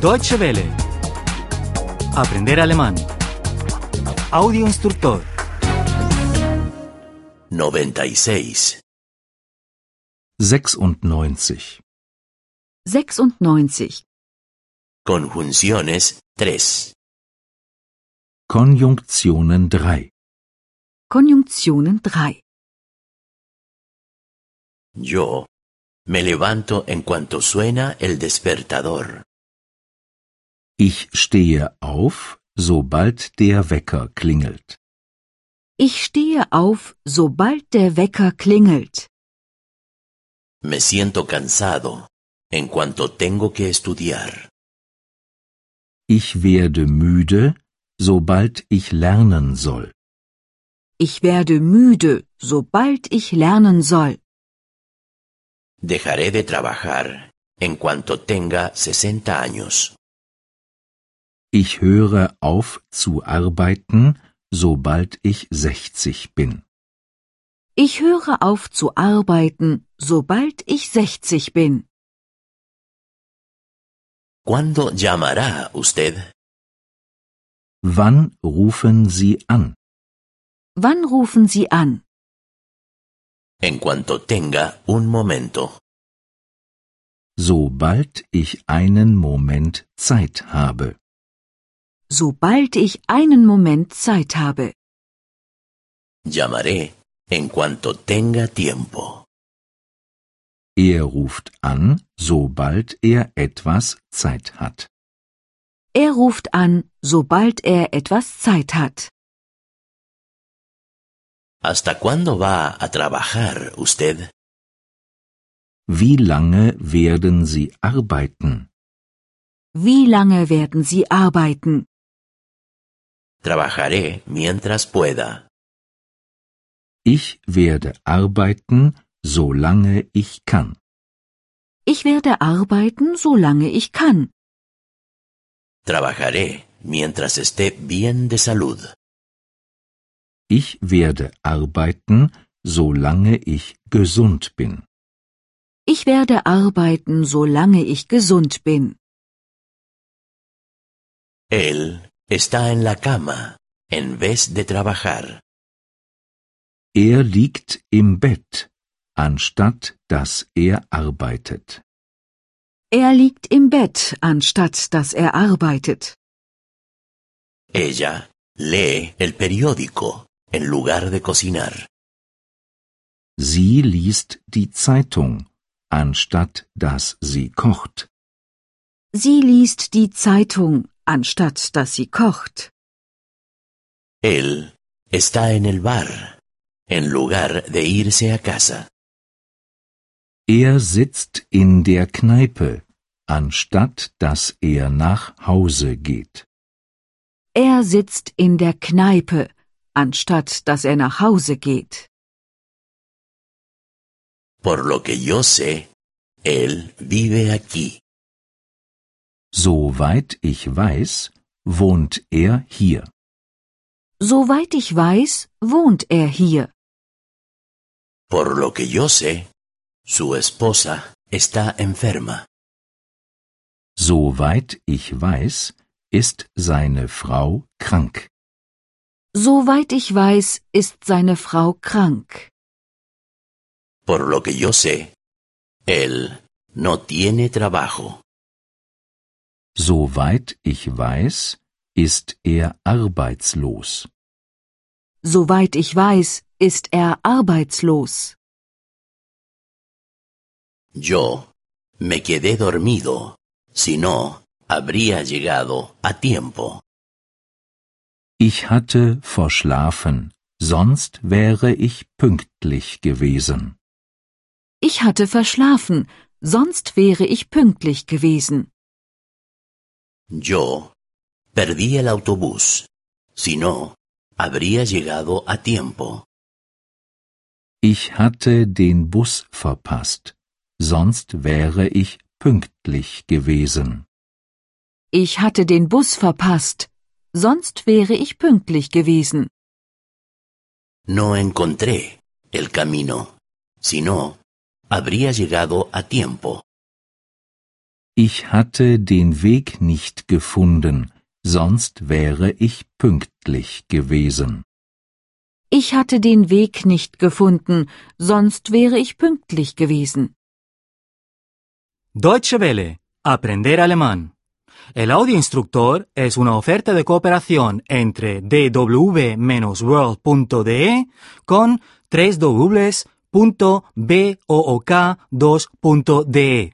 Deutsche Welle. Aprender alemán. Audio instructor. 96. 96. 96. Conjunciones 3. Konjunktionen 3. Konjunktionen 3. Yo me levanto en cuanto suena el despertador. Ich stehe auf, sobald der Wecker klingelt. Ich stehe auf, sobald der Wecker klingelt. Me siento cansado en cuanto tengo que estudiar. Ich werde müde, sobald ich lernen soll. Ich werde müde, sobald ich lernen soll. Dejaré de trabajar en cuanto tenga 60 años. Ich höre auf zu arbeiten, sobald ich 60 bin. Ich höre auf zu arbeiten, sobald ich 60 bin. ¿Cuándo llamará usted? Wann rufen Sie an? Wann rufen Sie an? En cuanto tenga un momento. Sobald ich einen Moment Zeit habe. Sobald ich einen Moment Zeit habe. Llamaré en cuanto tenga tiempo. Er ruft an, sobald er etwas Zeit hat. Er ruft an, sobald er etwas Zeit hat. ¿Hasta cuándo va a trabajar usted? Wie lange werden Sie arbeiten? Wie lange werden Sie arbeiten? Trabajaré mientras pueda. Ich werde arbeiten, solange ich kann. Ich werde arbeiten, solange ich kann. Trabajaré mientras esté bien de salud. Ich werde arbeiten, solange ich gesund bin. Ich werde arbeiten, solange ich gesund bin. Él está en la cama en vez de trabajar. Er liegt im Bett, anstatt dass er arbeitet. Er liegt im Bett, anstatt dass er arbeitet. Ella lee el periódico en lugar de cocinar. Sie liest die Zeitung, anstatt dass sie kocht. Sie liest die Zeitung, anstatt dass sie kocht. Él está en el bar en lugar de irse a casa. Er sitzt in der Kneipe, anstatt dass er nach Hause geht. Er sitzt in der Kneipe, anstatt dass er nach Hause geht. Por lo que yo sé, él vive aquí. Soweit ich weiß, wohnt er hier. Soweit ich weiß, wohnt er hier. Por lo que yo sé, su esposa está enferma. Soweit ich weiß, ist seine Frau krank. Soweit ich weiß, ist seine Frau krank. Por lo que yo sé, él no tiene trabajo. Soweit ich weiß, ist er arbeitslos. Soweit ich weiß, ist er arbeitslos. Yo me quedé dormido, si no, habría llegado a tiempo. Ich hatte verschlafen, sonst wäre ich pünktlich gewesen. Ich hatte verschlafen, sonst wäre ich pünktlich gewesen. Yo perdí el autobús, si no, habría llegado a tiempo. Ich hatte den Bus verpasst, sonst wäre ich pünktlich gewesen. Ich hatte den Bus verpasst, sonst wäre ich pünktlich gewesen. No encontré el camino, si no, habría llegado a tiempo. Ich hatte den Weg nicht gefunden, sonst wäre ich pünktlich gewesen. Ich hatte den Weg nicht gefunden, sonst wäre ich pünktlich gewesen. Deutsche Welle. Aprender alemán. El audio instructor es una oferta de cooperación entre dw-world.de con 3 2de